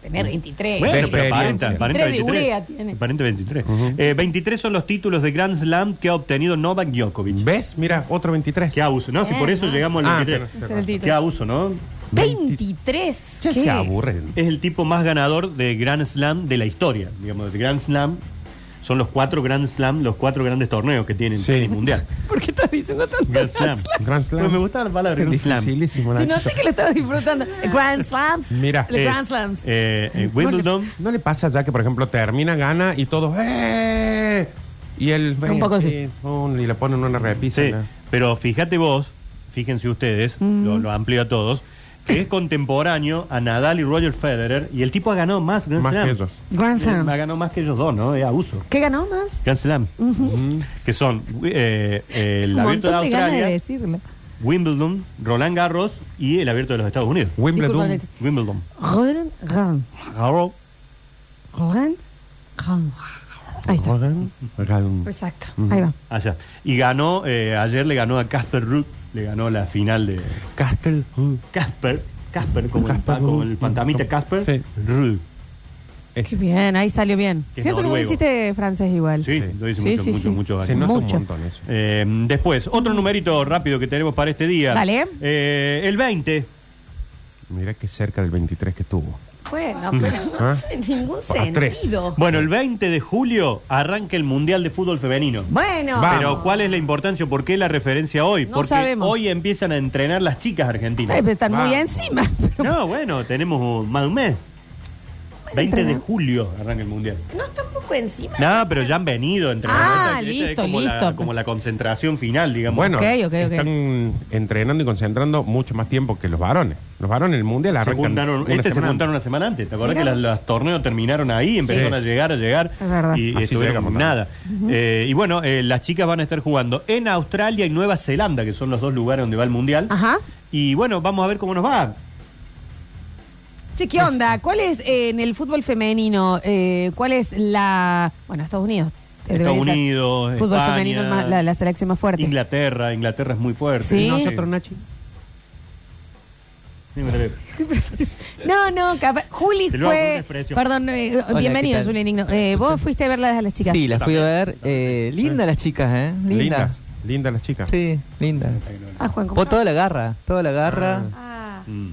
Speaker 2: Tener 23.
Speaker 4: De
Speaker 3: Bueno, pero
Speaker 4: experiencia.
Speaker 3: aparenta, aparenta
Speaker 2: 23 Eh, de urea
Speaker 3: 23.
Speaker 2: tiene.
Speaker 3: Aparenta 23.
Speaker 4: Ujú.
Speaker 3: Eh, 23 son los títulos de Grand Slam que ha obtenido Novak Djokovic.
Speaker 4: ¿Ves? Mira, otro 23.
Speaker 3: Qué abuso. No, si por eso
Speaker 2: Eh,
Speaker 3: llegamos
Speaker 4: ah,
Speaker 3: al
Speaker 4: pero-
Speaker 3: 23.
Speaker 2: Ese es el
Speaker 3: Qué
Speaker 2: título.
Speaker 3: abuso, ¿no?
Speaker 2: 23.
Speaker 4: Ya
Speaker 2: ¿Qué?
Speaker 4: se aburren.
Speaker 3: Es el tipo más ganador de Grand Slam de la historia. Digamos, de Grand Slam son los cuatro Grand Slam, los cuatro grandes torneos que tienen
Speaker 4: Sí.
Speaker 3: en el mundial.
Speaker 4: <laughs>
Speaker 2: ¿Por qué estás diciendo tanto?
Speaker 3: Grand Slam.
Speaker 4: Grand Slam.
Speaker 3: Pues me gusta la palabra Grand Slam.
Speaker 4: Dificilísimo,
Speaker 2: Y
Speaker 4: Nacho.
Speaker 2: noté que lo estabas disfrutando.
Speaker 3: <laughs>
Speaker 2: Grand Slams.
Speaker 4: Mira,
Speaker 2: Los
Speaker 3: Es,
Speaker 2: Grand Slams.
Speaker 3: eh, eh,
Speaker 4: ¿No le-
Speaker 3: Wimbledon.
Speaker 4: ¿No le pasa ya que, por ejemplo, termina, gana y todos... ¡Eh! Y él...
Speaker 2: Un poco así.
Speaker 4: eh, un- y le ponen una repisa.
Speaker 3: Sí,
Speaker 4: ¿no?
Speaker 3: pero fíjate vos, fíjense ustedes, lo, lo amplio a todos, que es contemporáneo a Nadal y Roger Federer y el tipo ha ganado más Grand
Speaker 4: Más
Speaker 3: Slam.
Speaker 4: que ellos.
Speaker 2: Grand
Speaker 3: Eh, Ha
Speaker 2: Slams.
Speaker 3: ganado más que ellos dos, ¿no? Es abuso.
Speaker 2: ¿Qué ganó más?
Speaker 3: Grand Slam. Que son eh, eh, el
Speaker 2: Mm. Un
Speaker 3: Abierto
Speaker 2: montón
Speaker 3: de
Speaker 2: de ganas de
Speaker 3: Australia,
Speaker 2: decirlo.
Speaker 3: Wimbledon, Roland Garros y el Abierto de los Estados Unidos.
Speaker 2: Disculpa,
Speaker 3: este.
Speaker 4: Wimbledon.
Speaker 2: Nacho.
Speaker 3: Wimbledon.
Speaker 2: Roland Garros.
Speaker 3: Garros.
Speaker 2: Roland Garros. Ahí está.
Speaker 4: Roland Garros.
Speaker 2: Exacto. Ahí va.
Speaker 3: Allá. Y ganó, eh, ayer le ganó a Casper Ruud, le ganó la final de
Speaker 4: Castle.
Speaker 3: uh, Casper, uh, Casper, como,
Speaker 4: Casper
Speaker 3: el, pa- como
Speaker 4: Ruud.
Speaker 3: el pantamita Casper,
Speaker 4: Sí.
Speaker 3: Ruud.
Speaker 4: Es-
Speaker 2: Qué bien, ahí salió bien.
Speaker 3: Es
Speaker 2: ¿Cierto que vos
Speaker 3: noruego.
Speaker 2: hiciste francés igual?
Speaker 3: Sí,
Speaker 4: Sí.
Speaker 3: lo hice
Speaker 2: Sí,
Speaker 3: mucho,
Speaker 2: sí,
Speaker 3: mucho,
Speaker 2: sí.
Speaker 3: mucho
Speaker 4: se nota
Speaker 2: Mucho.
Speaker 4: un montón eso.
Speaker 3: Eh, después, otro numerito rápido que tenemos para este día.
Speaker 2: Dale.
Speaker 3: Eh, el 20.
Speaker 4: Mira qué cerca del 23 que estuvo.
Speaker 2: Bueno, pero no
Speaker 4: ¿Ah?
Speaker 2: tiene ningún
Speaker 4: A tres.
Speaker 2: sentido.
Speaker 3: Bueno, el 20 de julio arranca el Mundial de Fútbol Femenino.
Speaker 2: Bueno,
Speaker 4: Va.
Speaker 3: Pero ¿cuál es la importancia? ¿Por qué la referencia hoy?
Speaker 2: No
Speaker 3: Porque
Speaker 2: sabemos.
Speaker 3: hoy empiezan a entrenar las chicas argentinas.
Speaker 2: Ay, pero están muy
Speaker 4: Va.
Speaker 2: encima. pero
Speaker 3: No, bueno, tenemos más de un mes. 20 de julio arranca el Mundial.
Speaker 2: no están poco encima.
Speaker 3: No, pero ya han venido a entrenar.
Speaker 2: Ah,
Speaker 3: Esa es
Speaker 2: listo,
Speaker 3: como La,
Speaker 2: listo.
Speaker 3: como la concentración final, digamos.
Speaker 4: Bueno,
Speaker 2: Ok, ok, ok.
Speaker 4: están entrenando y concentrando mucho más tiempo que los varones. Los varones el mundial
Speaker 3: Se
Speaker 4: arrancan
Speaker 3: juntaron,
Speaker 4: una
Speaker 3: este se
Speaker 4: semana
Speaker 3: juntaron una semana antes. ¿Te acordás
Speaker 2: Mirá.
Speaker 3: que las- los torneos terminaron ahí? Empezaron
Speaker 4: Sí.
Speaker 3: a llegar, a llegar.
Speaker 2: Es verdad.
Speaker 3: Y
Speaker 4: Así
Speaker 3: estuvieron
Speaker 4: llegamos
Speaker 3: con nada. Eh, y bueno, eh, las chicas van a estar jugando en Australia y Nueva Zelanda, que son los dos lugares donde va el mundial.
Speaker 2: Ajá.
Speaker 3: Y bueno, vamos a ver cómo nos va.
Speaker 2: Che,
Speaker 3: Pues
Speaker 2: ¿qué onda? ¿Cuál es eh, en el fútbol femenino? eh, ¿Cuál es la. Bueno, Estados Unidos. eh,
Speaker 3: Estados
Speaker 2: debería ser
Speaker 3: Unidos,
Speaker 2: Fútbol
Speaker 3: España,
Speaker 2: femenino es más- la, la selección más fuerte.
Speaker 3: Inglaterra, Inglaterra es muy fuerte.
Speaker 2: Sí.
Speaker 4: ¿Y nosotros, Nachi?
Speaker 3: Sí, me parece.
Speaker 2: No, no, capaz. Juli
Speaker 3: Te lo hago con una
Speaker 2: fue.
Speaker 3: expresión.
Speaker 2: Perdón, eh,
Speaker 5: Hola,
Speaker 2: bienvenido,
Speaker 5: ¿qué tal?
Speaker 2: Juli Nigno. Eh, vos fuiste a verlas a las chicas.
Speaker 5: Sí, las fui a ver. Eh, lindas las chicas, ¿eh? Lindas.
Speaker 4: Lindas. Lindas las chicas.
Speaker 5: Sí, lindas.
Speaker 2: Ah, Juan, ¿cómo
Speaker 5: Vos toda la garra, toda la garra.
Speaker 1: Ah,
Speaker 3: Mm.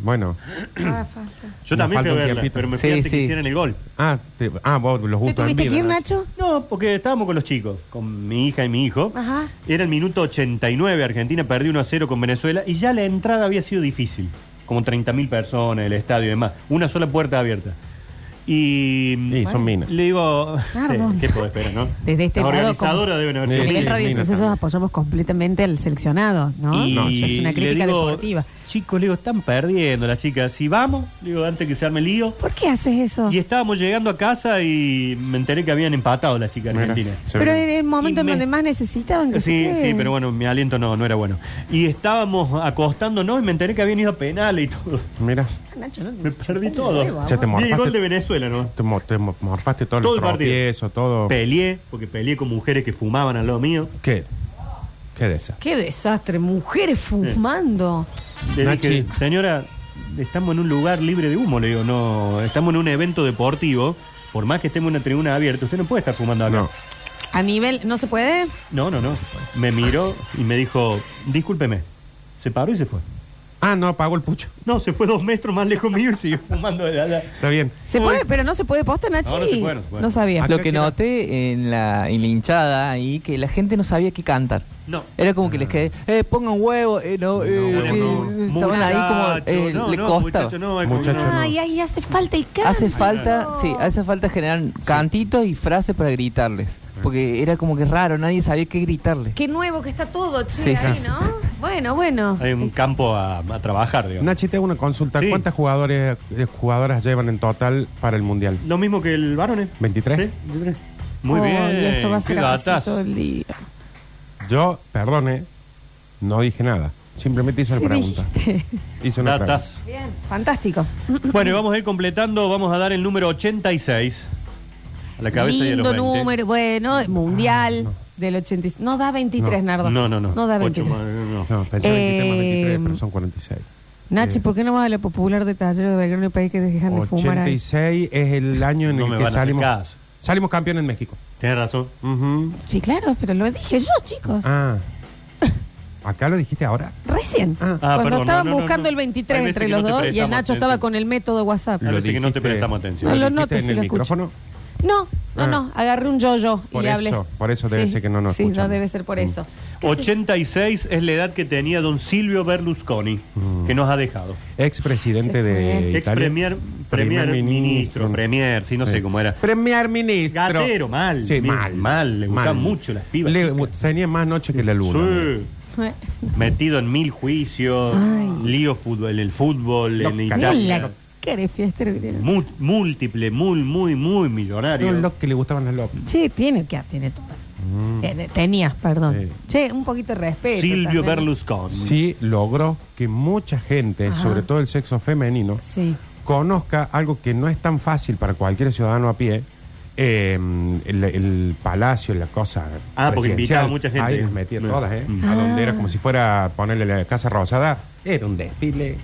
Speaker 4: Bueno.
Speaker 1: ah, falta.
Speaker 3: Yo
Speaker 4: Nos
Speaker 3: también
Speaker 4: falta
Speaker 3: fui a
Speaker 4: un
Speaker 3: verla,
Speaker 4: tiempito.
Speaker 3: pero me
Speaker 5: Sí,
Speaker 3: fui antes que
Speaker 5: sí.
Speaker 3: hicieran el gol.
Speaker 4: Ah, te- ah vos los
Speaker 2: ¿Te
Speaker 4: gustos en
Speaker 2: tuviste
Speaker 4: vida,
Speaker 2: que ir,
Speaker 4: Nachi.
Speaker 2: Nacho?
Speaker 3: No, porque estábamos con los chicos, con mi hija y mi hijo.
Speaker 2: Ajá.
Speaker 3: Era el minuto 89, Argentina perdió 1 a 0 con Venezuela y ya la entrada había sido difícil. Como 30.000 personas, el estadio y demás. Una sola puerta abierta. Y
Speaker 4: Sí, son minas.
Speaker 3: le digo,
Speaker 2: Perdón.
Speaker 3: <laughs> ¿qué puedo esperar, no?
Speaker 2: Desde este
Speaker 3: La
Speaker 2: lado,
Speaker 3: organizadora
Speaker 2: como-
Speaker 3: deben haber
Speaker 4: Sí,
Speaker 3: sido
Speaker 2: En el
Speaker 4: sí,
Speaker 2: Radio
Speaker 4: mira,
Speaker 2: Sucesos
Speaker 4: también.
Speaker 2: apoyamos completamente al seleccionado, ¿no?
Speaker 3: Y
Speaker 4: No,
Speaker 2: O sea, es una
Speaker 3: le
Speaker 2: crítica
Speaker 3: digo,
Speaker 2: deportiva.
Speaker 3: Chicos, le digo, están perdiendo las chicas. Si vamos, le digo, antes que se arme el lío.
Speaker 2: ¿Por qué haces eso?
Speaker 3: Y estábamos llegando a casa y me enteré que habían empatado las chicas
Speaker 4: Mira,
Speaker 3: argentinas.
Speaker 4: se
Speaker 2: Pero
Speaker 4: ve.
Speaker 2: en el momento
Speaker 3: Y
Speaker 2: en
Speaker 3: me-
Speaker 2: donde más necesitaban que se
Speaker 3: Sí, sí,
Speaker 2: queden.
Speaker 3: pero bueno, mi aliento no, no era bueno. Y estábamos acostándonos y me enteré que habían ido a penales y todo.
Speaker 4: Mira,
Speaker 2: Ah, Nacho, no te-
Speaker 3: Me perdí todo.
Speaker 2: huevo,
Speaker 4: Ya te
Speaker 2: vamos.
Speaker 4: morfaste.
Speaker 3: Y el gol de Venezuela, ¿no?
Speaker 4: te, mo- te mo- morfaste todos
Speaker 3: Todo
Speaker 4: los
Speaker 3: el partido.
Speaker 4: tropiezos, todo.
Speaker 3: Peleé, porque peleé con mujeres que fumaban al lado mío.
Speaker 4: ¿Qué? ¿Qué de esas?
Speaker 2: Qué desastre, mujeres fumando.
Speaker 3: Le
Speaker 4: Nachi.
Speaker 3: dije, señora, estamos en un lugar libre de humo. Le digo, no, estamos en un evento deportivo. Por más que estemos en una tribuna abierta, usted no puede estar fumando acá.
Speaker 4: No.
Speaker 2: A nivel, ¿no se puede?
Speaker 3: no, no. no. Me miró y me dijo, discúlpeme. Se paró y se fue.
Speaker 4: Ah, no, apagó el pucho.
Speaker 3: No, se fue dos metros más lejos mío y siguió fumando de la...
Speaker 4: Está bien.
Speaker 2: Se
Speaker 3: Uy.
Speaker 2: puede, pero no se puede posta, Nachi.
Speaker 3: No, no se puede, no se puede. Ah,
Speaker 2: sabía.
Speaker 5: Lo que
Speaker 4: queda-
Speaker 5: noté en la, en la hinchada ahí, que la gente no sabía qué cantar.
Speaker 3: No.
Speaker 5: Era como que les quedé, eh, pongan huevo, eh, no, eh,
Speaker 4: huevo,
Speaker 5: que-
Speaker 3: no.
Speaker 5: estaban ahí como,
Speaker 3: Muchacho,
Speaker 5: eh,
Speaker 3: no,
Speaker 5: le
Speaker 3: no,
Speaker 5: costaba.
Speaker 3: muchacho, no, es
Speaker 4: Muchacho,
Speaker 3: como que no.
Speaker 2: Ay, ay, hace falta el canto.
Speaker 5: Hace falta, sí, hace falta generar cantitos y frases para gritarles. Porque era como que raro, nadie sabía qué gritarles.
Speaker 2: Qué nuevo que está todo, che,
Speaker 5: Sí, sí,
Speaker 2: ahí,
Speaker 5: sí.
Speaker 2: ¿no? Bueno, bueno.
Speaker 3: Hay un campo a, a trabajar, digamos.
Speaker 4: Nachi, te hago una consulta.
Speaker 3: Sí.
Speaker 4: ¿Cuántas jugadores, eh, jugadoras llevan en total para el mundial?
Speaker 3: Lo mismo que el varón, ¿eh?
Speaker 4: 23.
Speaker 3: Muy
Speaker 2: Oh,
Speaker 3: bien.
Speaker 2: Y esto va a
Speaker 3: qué
Speaker 2: ser así
Speaker 3: datas.
Speaker 2: todo el día.
Speaker 4: Yo, perdone, no dije nada. Simplemente hice
Speaker 2: Sí,
Speaker 4: una pregunta.
Speaker 2: dijiste.
Speaker 4: Hice una
Speaker 3: Datas.
Speaker 2: Fantástico.
Speaker 3: Bueno, y vamos a ir completando. Vamos a dar el número 86. A la cabeza y a
Speaker 2: Lindo
Speaker 3: los 20.
Speaker 2: número, bueno, mundial del 86. No da 23, Nardo.
Speaker 3: No, no, no.
Speaker 2: No da
Speaker 3: Ocho
Speaker 2: 23.
Speaker 3: más, no,
Speaker 4: pregunta. No, pensé 23 más 23,
Speaker 2: Eh,
Speaker 4: pero son 46.
Speaker 2: Nachi,
Speaker 4: Eh,
Speaker 2: ¿por qué no vas a lo popular de Taller de Belgrano y País que dejan de fumar ahí?
Speaker 4: 86 es el año en
Speaker 3: No me
Speaker 4: el
Speaker 3: van
Speaker 4: que
Speaker 3: a hacer
Speaker 4: salimos,
Speaker 3: caso.
Speaker 4: salimos campeón en México.
Speaker 3: Tienes razón.
Speaker 4: Ujú.
Speaker 2: Sí, claro, pero lo dije yo, chicos.
Speaker 4: Ah. ¿Acá lo dijiste ahora?
Speaker 2: Recién.
Speaker 4: Ah.
Speaker 3: Ah,
Speaker 2: cuando
Speaker 3: perdón,
Speaker 2: estaban
Speaker 3: no, no, no,
Speaker 2: buscando
Speaker 3: no.
Speaker 2: el 23
Speaker 3: Hay veces
Speaker 2: entre
Speaker 3: que
Speaker 2: los
Speaker 3: no te
Speaker 2: dos y el
Speaker 3: prestamos
Speaker 2: Nacho estaba
Speaker 3: atención.
Speaker 2: con el método WhatsApp.
Speaker 3: Lo dijiste- que no te prestamos atención.
Speaker 2: No lo
Speaker 4: ¿Lo dijiste
Speaker 2: notes si
Speaker 4: en
Speaker 2: lo
Speaker 4: el
Speaker 2: escucho.
Speaker 4: micrófono?
Speaker 2: No, no,
Speaker 4: Ah.
Speaker 2: no. Agarré un yo-yo y
Speaker 4: Por
Speaker 2: le hablé.
Speaker 4: eso, por eso debe
Speaker 2: Sí.
Speaker 4: ser que no nos
Speaker 2: Sí, no
Speaker 4: escuchamos.
Speaker 2: debe ser por
Speaker 4: Mm.
Speaker 2: eso.
Speaker 3: 86 es la edad que tenía don Silvio Berlusconi, que nos ha dejado.
Speaker 4: Ex presidente
Speaker 2: Se
Speaker 4: de
Speaker 3: Ex
Speaker 4: Mm. Eh, Italia.
Speaker 3: premier, premier ministro, premier, sí, no sé cómo era.
Speaker 4: Premier ministro.
Speaker 3: Gatero, mal,
Speaker 4: Sí,
Speaker 3: bien,
Speaker 4: mal.
Speaker 3: mal, le gustaban mucho las pibas,
Speaker 4: Le-
Speaker 3: chicas.
Speaker 4: tenía más noche que la luna.
Speaker 3: Sí. Metido en mil juicios, lío fútbol, en el fútbol,
Speaker 4: Lo
Speaker 3: en
Speaker 4: cagó.
Speaker 3: Italia.
Speaker 2: Hola, ¿qué eres fiestero que tiene?
Speaker 3: Mu- múltiple, muy, muy, muy millonario.
Speaker 4: No, los que le gustaban las
Speaker 3: Mm.
Speaker 4: locas.
Speaker 2: Che, tiene que ah, tiene todo. Tiene- Tenía, perdón.
Speaker 4: Mm. Sí.
Speaker 2: Che, un poquito de respeto.
Speaker 3: Silvio
Speaker 2: también.
Speaker 3: Berlusconi.
Speaker 4: Sí logró que mucha gente,
Speaker 2: Ajá.
Speaker 4: sobre todo el sexo femenino,
Speaker 2: Sí.
Speaker 4: conozca algo que no es tan fácil para cualquier ciudadano a pie. eh, el, el palacio, la cosa.
Speaker 3: Ah, porque
Speaker 4: presidencial.
Speaker 3: invitaba a mucha gente.
Speaker 4: Ahí las metía
Speaker 3: Mm.
Speaker 4: todas, ¿eh?
Speaker 2: Ah.
Speaker 3: Mm.
Speaker 4: A donde era como si fuera ponerle la Casa Rosada. Era un desfile.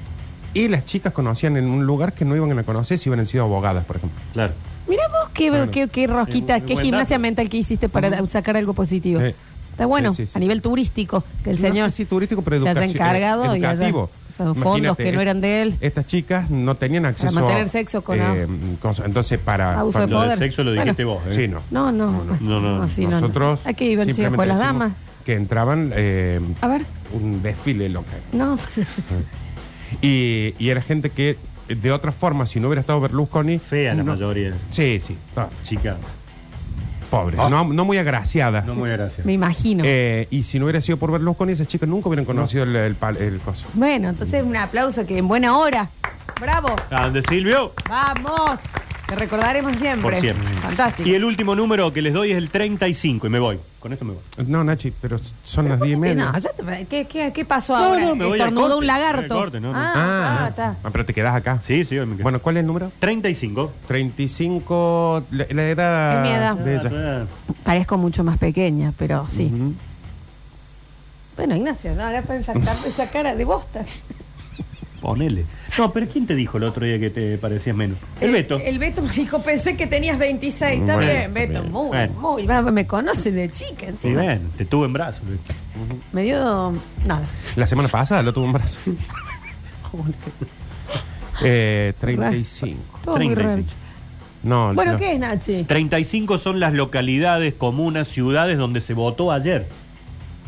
Speaker 4: Y las chicas conocían en un lugar que no iban a conocer si hubieran sido abogadas, por ejemplo.
Speaker 3: Claro.
Speaker 2: Mira vos qué,
Speaker 4: Claro.
Speaker 2: qué, qué rosquita,
Speaker 4: eh,
Speaker 3: Es un
Speaker 2: qué
Speaker 3: buen
Speaker 2: gimnasia
Speaker 3: dato.
Speaker 2: mental que hiciste para da- sacar algo positivo.
Speaker 4: Sí.
Speaker 2: Está bueno,
Speaker 4: Sí, sí, sí.
Speaker 2: a nivel turístico, que el
Speaker 4: No
Speaker 2: señor
Speaker 4: sé si turístico, pero
Speaker 2: se haya
Speaker 4: educaci-
Speaker 2: encargado
Speaker 4: eh,
Speaker 2: y haya
Speaker 4: educativo.
Speaker 2: usado fondos
Speaker 4: Imagínate,
Speaker 2: que no
Speaker 4: eh,
Speaker 2: eran de él.
Speaker 4: Estas chicas no tenían acceso eh,
Speaker 2: mantener sexo con-
Speaker 4: con- entonces, para.
Speaker 2: Abuso
Speaker 4: para-
Speaker 2: de
Speaker 3: Lo
Speaker 2: Poder.
Speaker 3: del sexo lo dijiste
Speaker 2: Bueno.
Speaker 3: vos. ¿eh?
Speaker 4: Sí, no.
Speaker 2: No, no,
Speaker 4: No,
Speaker 3: no, no, no.
Speaker 2: sí,
Speaker 4: Nosotros.
Speaker 2: Aquí iban chicos, pues,
Speaker 4: simplemente
Speaker 2: las
Speaker 4: decimos
Speaker 2: damas.
Speaker 4: Que entraban eh,
Speaker 2: A ver,
Speaker 4: un desfile local.
Speaker 2: no. <laughs>
Speaker 4: Y, y era gente que, de otra forma, si no hubiera estado Berlusconi.
Speaker 3: Fea la
Speaker 4: no-
Speaker 3: mayoría.
Speaker 4: Sí, sí. todas
Speaker 3: Chica.
Speaker 4: Pobres. No, no muy agraciadas.
Speaker 3: Ah. No muy gracias.
Speaker 2: Me imagino.
Speaker 4: Eh, y si no hubiera sido por Berlusconi, esas chicas nunca hubieran conocido el, el, pal- el coso.
Speaker 2: Bueno, entonces un aplauso que en buena hora. Bravo,
Speaker 3: ¿A dónde Silvio?
Speaker 2: vamos. Te recordaremos siempre.
Speaker 3: Por siempre.
Speaker 2: Fantástico.
Speaker 3: Y el último número que les doy es el 35 y me voy. Con esto me voy.
Speaker 4: No, Nachi, pero son las 10 y media.
Speaker 2: No, ya te- ¿qué, qué, qué pasó
Speaker 3: No,
Speaker 2: ahora?
Speaker 3: no, me voy al
Speaker 2: Estornudó un
Speaker 3: corte, me voy
Speaker 2: lagarto.
Speaker 3: al corte, no, no.
Speaker 2: Ah,
Speaker 4: Ah,
Speaker 2: ah, está.
Speaker 4: Ah, pero te quedás acá.
Speaker 3: Sí, sí, hoy me quedo.
Speaker 4: Bueno, ¿cuál es el número?
Speaker 3: 35.
Speaker 4: 35, la, la edad
Speaker 2: Es mi edad.
Speaker 4: de ella.
Speaker 3: Ah,
Speaker 2: Parezco mucho más pequeña, pero sí.
Speaker 4: Ujú.
Speaker 2: Bueno, Ignacio, no hagas tan
Speaker 3: <laughs>
Speaker 2: sacar esa cara de bosta.
Speaker 3: Ponele. No, pero ¿quién te dijo el otro día que te parecías menos? El Beto.
Speaker 2: El Beto me dijo, pensé que tenías 26. Está
Speaker 4: Bueno,
Speaker 2: bien, Beto,
Speaker 3: bien.
Speaker 2: muy,
Speaker 3: Bueno.
Speaker 2: muy. va, Me conoce de chica
Speaker 3: Sí,
Speaker 2: encima.
Speaker 3: bueno, te tuve en brazos. Beto.
Speaker 2: Me dio. Nada.
Speaker 4: La semana pasada lo tuvo
Speaker 2: <laughs>
Speaker 4: un brazo. eh, 35.
Speaker 2: Todo muy raro.
Speaker 3: 35.
Speaker 4: No,
Speaker 2: Bueno,
Speaker 4: no.
Speaker 2: ¿qué es, Nachi?
Speaker 3: 35 son las localidades, comunas, ciudades donde se votó ayer.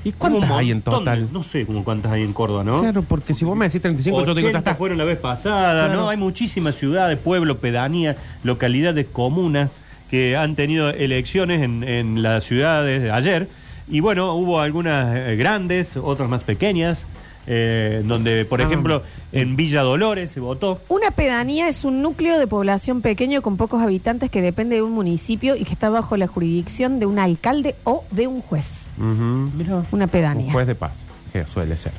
Speaker 4: ¿Y
Speaker 3: Hubo
Speaker 4: cuántas
Speaker 3: un
Speaker 4: hay en
Speaker 3: montón
Speaker 4: total?
Speaker 3: de- no sé como cuántas hay en Córdoba, ¿no?
Speaker 4: Claro, porque si vos me decís 35, yo te digo,
Speaker 3: 80
Speaker 4: ya está.
Speaker 3: fueron la vez pasada,
Speaker 4: Claro.
Speaker 3: ¿no? Hay muchísimas ciudades, pueblos, pedanías, localidades, comunas que han tenido elecciones en, en las ciudades de ayer. Y bueno, hubo algunas eh, grandes, otras más pequeñas, eh, donde, por
Speaker 4: Ah.
Speaker 3: ejemplo, en Villa Dolores se votó.
Speaker 2: Una pedanía es un núcleo de población pequeño con pocos habitantes que depende de un municipio y que está bajo la jurisdicción de un alcalde o de un juez.
Speaker 4: Ujú.
Speaker 2: Una
Speaker 4: Un
Speaker 2: pedanía.
Speaker 4: juez de paz, que suele ser.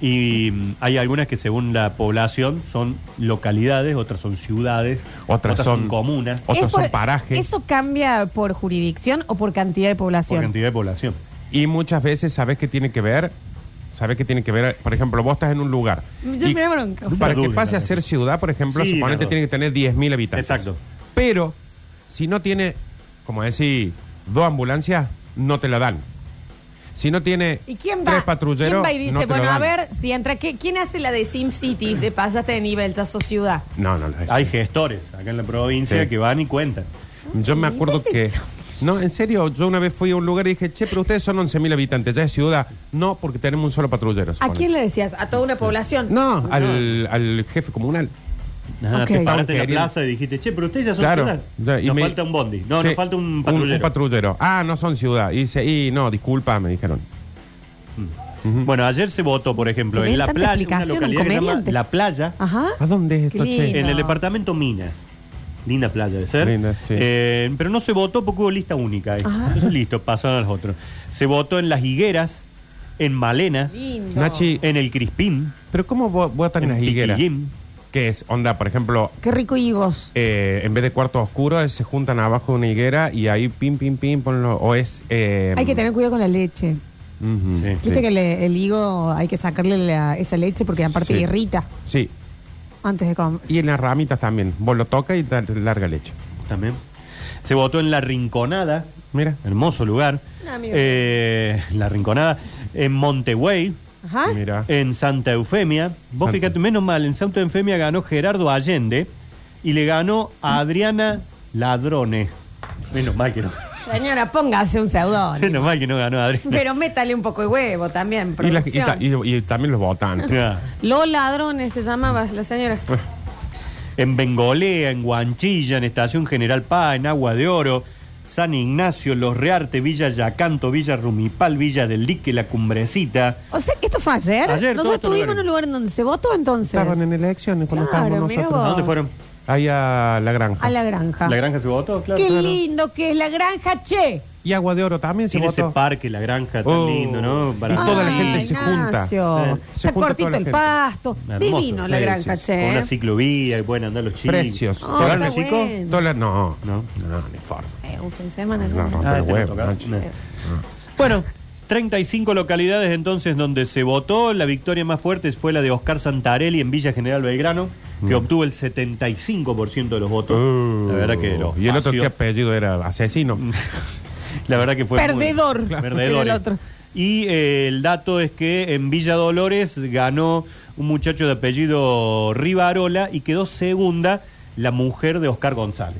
Speaker 3: Y mm, hay algunas que según la población son localidades, otras son ciudades,
Speaker 4: Otras son-
Speaker 3: comunas,
Speaker 4: Otros
Speaker 2: Es por-
Speaker 4: son parajes.
Speaker 2: ¿Eso cambia por jurisdicción o por cantidad de
Speaker 3: por
Speaker 2: población?
Speaker 3: cantidad de población.
Speaker 4: Y muchas veces sabes que tiene que ver, sabes que tiene que ver, por ejemplo, vos estás en un lugar.
Speaker 2: Ya
Speaker 4: Y
Speaker 2: me da bronca.
Speaker 4: Para que
Speaker 3: Duda,
Speaker 4: pase a
Speaker 3: claro.
Speaker 4: ser ciudad, por ejemplo,
Speaker 3: Sí,
Speaker 4: suponete
Speaker 3: claro.
Speaker 4: tiene que tener 10.000 habitantes.
Speaker 3: Exacto.
Speaker 4: Pero si no tiene, como decir, dos ambulancias, no te la dan. Si no tiene
Speaker 2: ¿Y quién va?
Speaker 4: tres patrulleros,
Speaker 2: ¿Quién va y dice,
Speaker 4: no te lo
Speaker 2: bueno, a
Speaker 4: dan.
Speaker 2: ver, si entra, ¿qué- ¿quién hace la de Sim City? De pasaste de nivel, ya sos ciudad.
Speaker 4: No, no, no. es-
Speaker 3: Hay gestores acá en la provincia
Speaker 4: Sí.
Speaker 3: que van y cuentan.
Speaker 4: Yo me acuerdo que... No, en serio, yo una vez fui a un lugar y dije, che, pero ustedes son 11.000 habitantes, ya es ciudad. No, porque tenemos un solo patrullero.
Speaker 2: ¿A
Speaker 4: suponete.
Speaker 2: quién le decías? ¿A toda una población?
Speaker 4: No, al, al jefe comunal.
Speaker 3: Ah,
Speaker 2: Ok.
Speaker 3: Te paraste en la
Speaker 4: Queriendo-
Speaker 3: plaza y dijiste, che, pero ustedes ya son
Speaker 4: Claro.
Speaker 3: ciudad.
Speaker 4: Ya, y
Speaker 3: nos
Speaker 4: me-
Speaker 3: falta un bondi. No,
Speaker 4: Sí,
Speaker 3: nos falta un
Speaker 4: Un,
Speaker 3: patrullero.
Speaker 4: patrullero. Ah, no son ciudad. Y dice, y no, disculpa, me dijeron. Ujú.
Speaker 3: Bueno, ayer se votó, por ejemplo,
Speaker 2: Tenés
Speaker 3: en La
Speaker 2: tanta
Speaker 3: Playa, una
Speaker 2: explicación, un
Speaker 3: localidad que se llama
Speaker 2: comediante.
Speaker 3: La Playa,
Speaker 2: Ajá.
Speaker 4: ¿A dónde es
Speaker 2: Qué
Speaker 4: esto, che?
Speaker 2: lindo.
Speaker 3: en el departamento Minas. Linda playa de ser.
Speaker 4: Linda, sí.
Speaker 3: Eh, pero no se votó porque hubo lista única. ahí.
Speaker 2: Ajá.
Speaker 3: Entonces, listo, pasaron a los otros. Se votó en Las Higueras, en Malena,
Speaker 2: Lindo.
Speaker 4: Nachi,
Speaker 3: en El Crispín,
Speaker 4: ¿pero cómo vo- votan en
Speaker 3: Eh, en
Speaker 4: las higueras?
Speaker 3: Piquillín.
Speaker 4: ¿Qué es? Onda, por ejemplo,
Speaker 2: Qué rico higos.
Speaker 4: eh, en vez de cuarto oscuro, eh, se juntan abajo de una higuera y ahí pim, pim, pim, ponlo. O es. eh,
Speaker 2: Hay que tener cuidado con la leche.
Speaker 4: ujú,
Speaker 3: Sí.
Speaker 2: Viste que le- el higo hay que sacarle la- esa leche porque aparte
Speaker 4: Sí.
Speaker 2: irrita
Speaker 4: Sí.
Speaker 2: antes de comer.
Speaker 4: Y en las ramitas también. Vos lo tocas y te larga leche.
Speaker 3: También. Se votó en La Rinconada,
Speaker 4: Mira.
Speaker 3: hermoso lugar.
Speaker 2: Ah, mira.
Speaker 3: Eh, la Rinconada. En Montegüey,
Speaker 2: Ajá.
Speaker 4: Mira.
Speaker 3: en Santa Eufemia. Vos
Speaker 4: Santa.
Speaker 3: fíjate, menos mal, en Santa Eufemia ganó Gerardo Allende y le ganó a Adriana Ladrone. Menos mal que no,
Speaker 2: Señora, póngase un seudónimo.
Speaker 3: menos mal que no ganó Adriana.
Speaker 2: Pero métale un poco de huevo también,
Speaker 4: Y, las- y
Speaker 2: producción.
Speaker 4: ta- y- y también
Speaker 2: <laughs>
Speaker 4: los votantes.
Speaker 3: Ah,
Speaker 2: Los ladrones se llamaba la señora.
Speaker 3: En Bengolea, en Guanchilla, en Estación General Paz, en Agua de Oro, San Ignacio, Los Rearte, Villa Yacanto, Villa Rumipal, Villa del Lique, La Cumbrecita.
Speaker 2: O sea, que esto fue ayer.
Speaker 3: Ayer, todo
Speaker 2: Nosotros
Speaker 3: esto
Speaker 2: estuvimos
Speaker 3: lo
Speaker 2: en un lugar en donde se votó entonces.
Speaker 4: Estaban en elecciones cuando
Speaker 2: Claro,
Speaker 4: estábamos
Speaker 2: mira
Speaker 4: nosotros.
Speaker 2: vos.
Speaker 3: ¿A dónde fueron?
Speaker 4: Ahí a la granja.
Speaker 2: A la granja.
Speaker 3: ¿La granja se votó? Claro.
Speaker 2: Ah. Qué
Speaker 3: claro.
Speaker 2: lindo que es la granja, che.
Speaker 4: Y Agua de Oro también se
Speaker 3: Tiene ese
Speaker 4: votó.
Speaker 3: parque, la granja, tan
Speaker 4: Oh.
Speaker 3: lindo, ¿no?
Speaker 4: Y toda la
Speaker 2: Ay,
Speaker 4: gente se junta.
Speaker 2: Ignacio.
Speaker 3: Eh,
Speaker 4: se
Speaker 2: Está
Speaker 4: junta
Speaker 2: cortito
Speaker 4: toda la
Speaker 2: el
Speaker 4: gente.
Speaker 2: pasto.
Speaker 3: Hermoso.
Speaker 2: Divino la
Speaker 4: Sí,
Speaker 2: granja,
Speaker 4: sí, sí.
Speaker 3: Con
Speaker 2: che.
Speaker 3: una ciclovía y pueden andar los chicos.
Speaker 4: Precios.
Speaker 2: Oh,
Speaker 4: Toda
Speaker 2: está
Speaker 4: la-
Speaker 2: bueno.
Speaker 4: toda la- no,
Speaker 3: No.
Speaker 4: no, no, ni forma.
Speaker 2: Eh, un fin de semana,
Speaker 4: No,
Speaker 2: ¿no?
Speaker 4: no.
Speaker 3: Ah,
Speaker 4: Pero Ah.
Speaker 3: este no
Speaker 4: huevo,
Speaker 3: toca.
Speaker 4: Nacho.
Speaker 3: No. Bueno, 35 localidades entonces donde se votó. La victoria más fuerte fue la de Oscar Santarelli en Villa General Belgrano, que
Speaker 4: Mm.
Speaker 3: obtuvo el 75% de los votos. la verdad que lo
Speaker 4: Uh, Oh. y el otro,
Speaker 3: vació.
Speaker 4: ¿qué apellido era? Asesino.
Speaker 3: La verdad que fue muy-
Speaker 2: Perdedor. Claro.
Speaker 3: Perdedores.
Speaker 2: Era el otro.
Speaker 3: Y eh, el dato es que en Villa Dolores ganó un muchacho de apellido Rivarola y quedó segunda la mujer de Oscar González,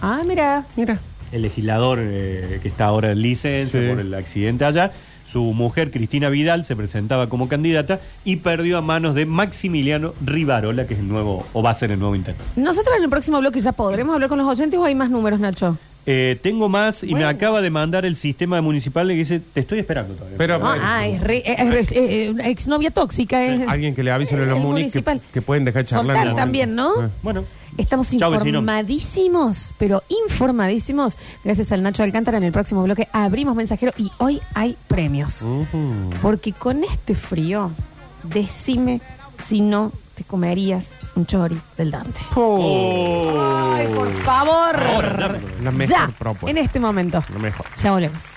Speaker 2: Ah, mira.
Speaker 4: Mira.
Speaker 3: el legislador eh, que está ahora en licencia
Speaker 4: Sí.
Speaker 3: por el accidente allá. Su mujer, Cristina Vidal, se presentaba como candidata y perdió a manos de Maximiliano Rivarola, que es el nuevo, o va a ser el nuevo intento.
Speaker 2: Nosotros en el próximo bloque ya podremos hablar con los oyentes o hay más números, Nacho.
Speaker 3: Eh, tengo más y
Speaker 2: Bueno.
Speaker 3: me acaba de mandar el sistema municipal que dice, te estoy esperando todavía.
Speaker 4: Pero-
Speaker 2: Ah, ah, es, re- es re- es, eh, una exnovia tóxica. Es,
Speaker 4: Alguien que le avise a
Speaker 2: <laughs> el
Speaker 4: los munis que,
Speaker 2: municipal.
Speaker 4: que pueden dejar charlar. en
Speaker 2: Soltar
Speaker 4: un
Speaker 2: también,
Speaker 4: momento.
Speaker 2: ¿no?
Speaker 4: Ah.
Speaker 3: Bueno.
Speaker 2: Estamos
Speaker 3: Chau, vecino.
Speaker 2: informadísimos, pero informadísimos. Gracias al Nacho Alcántara en el próximo bloque abrimos mensajero y hoy hay premios.
Speaker 4: Mm. Ujú.
Speaker 2: Porque con este frío, decime si no te comerías un chori del Dante. Ay, por favor.
Speaker 4: Oh.
Speaker 3: Ahora, dámelo.
Speaker 4: La mejor
Speaker 2: ya,
Speaker 4: propuesta.
Speaker 2: en este momento.
Speaker 4: Lo mejor.
Speaker 2: Ya volvemos.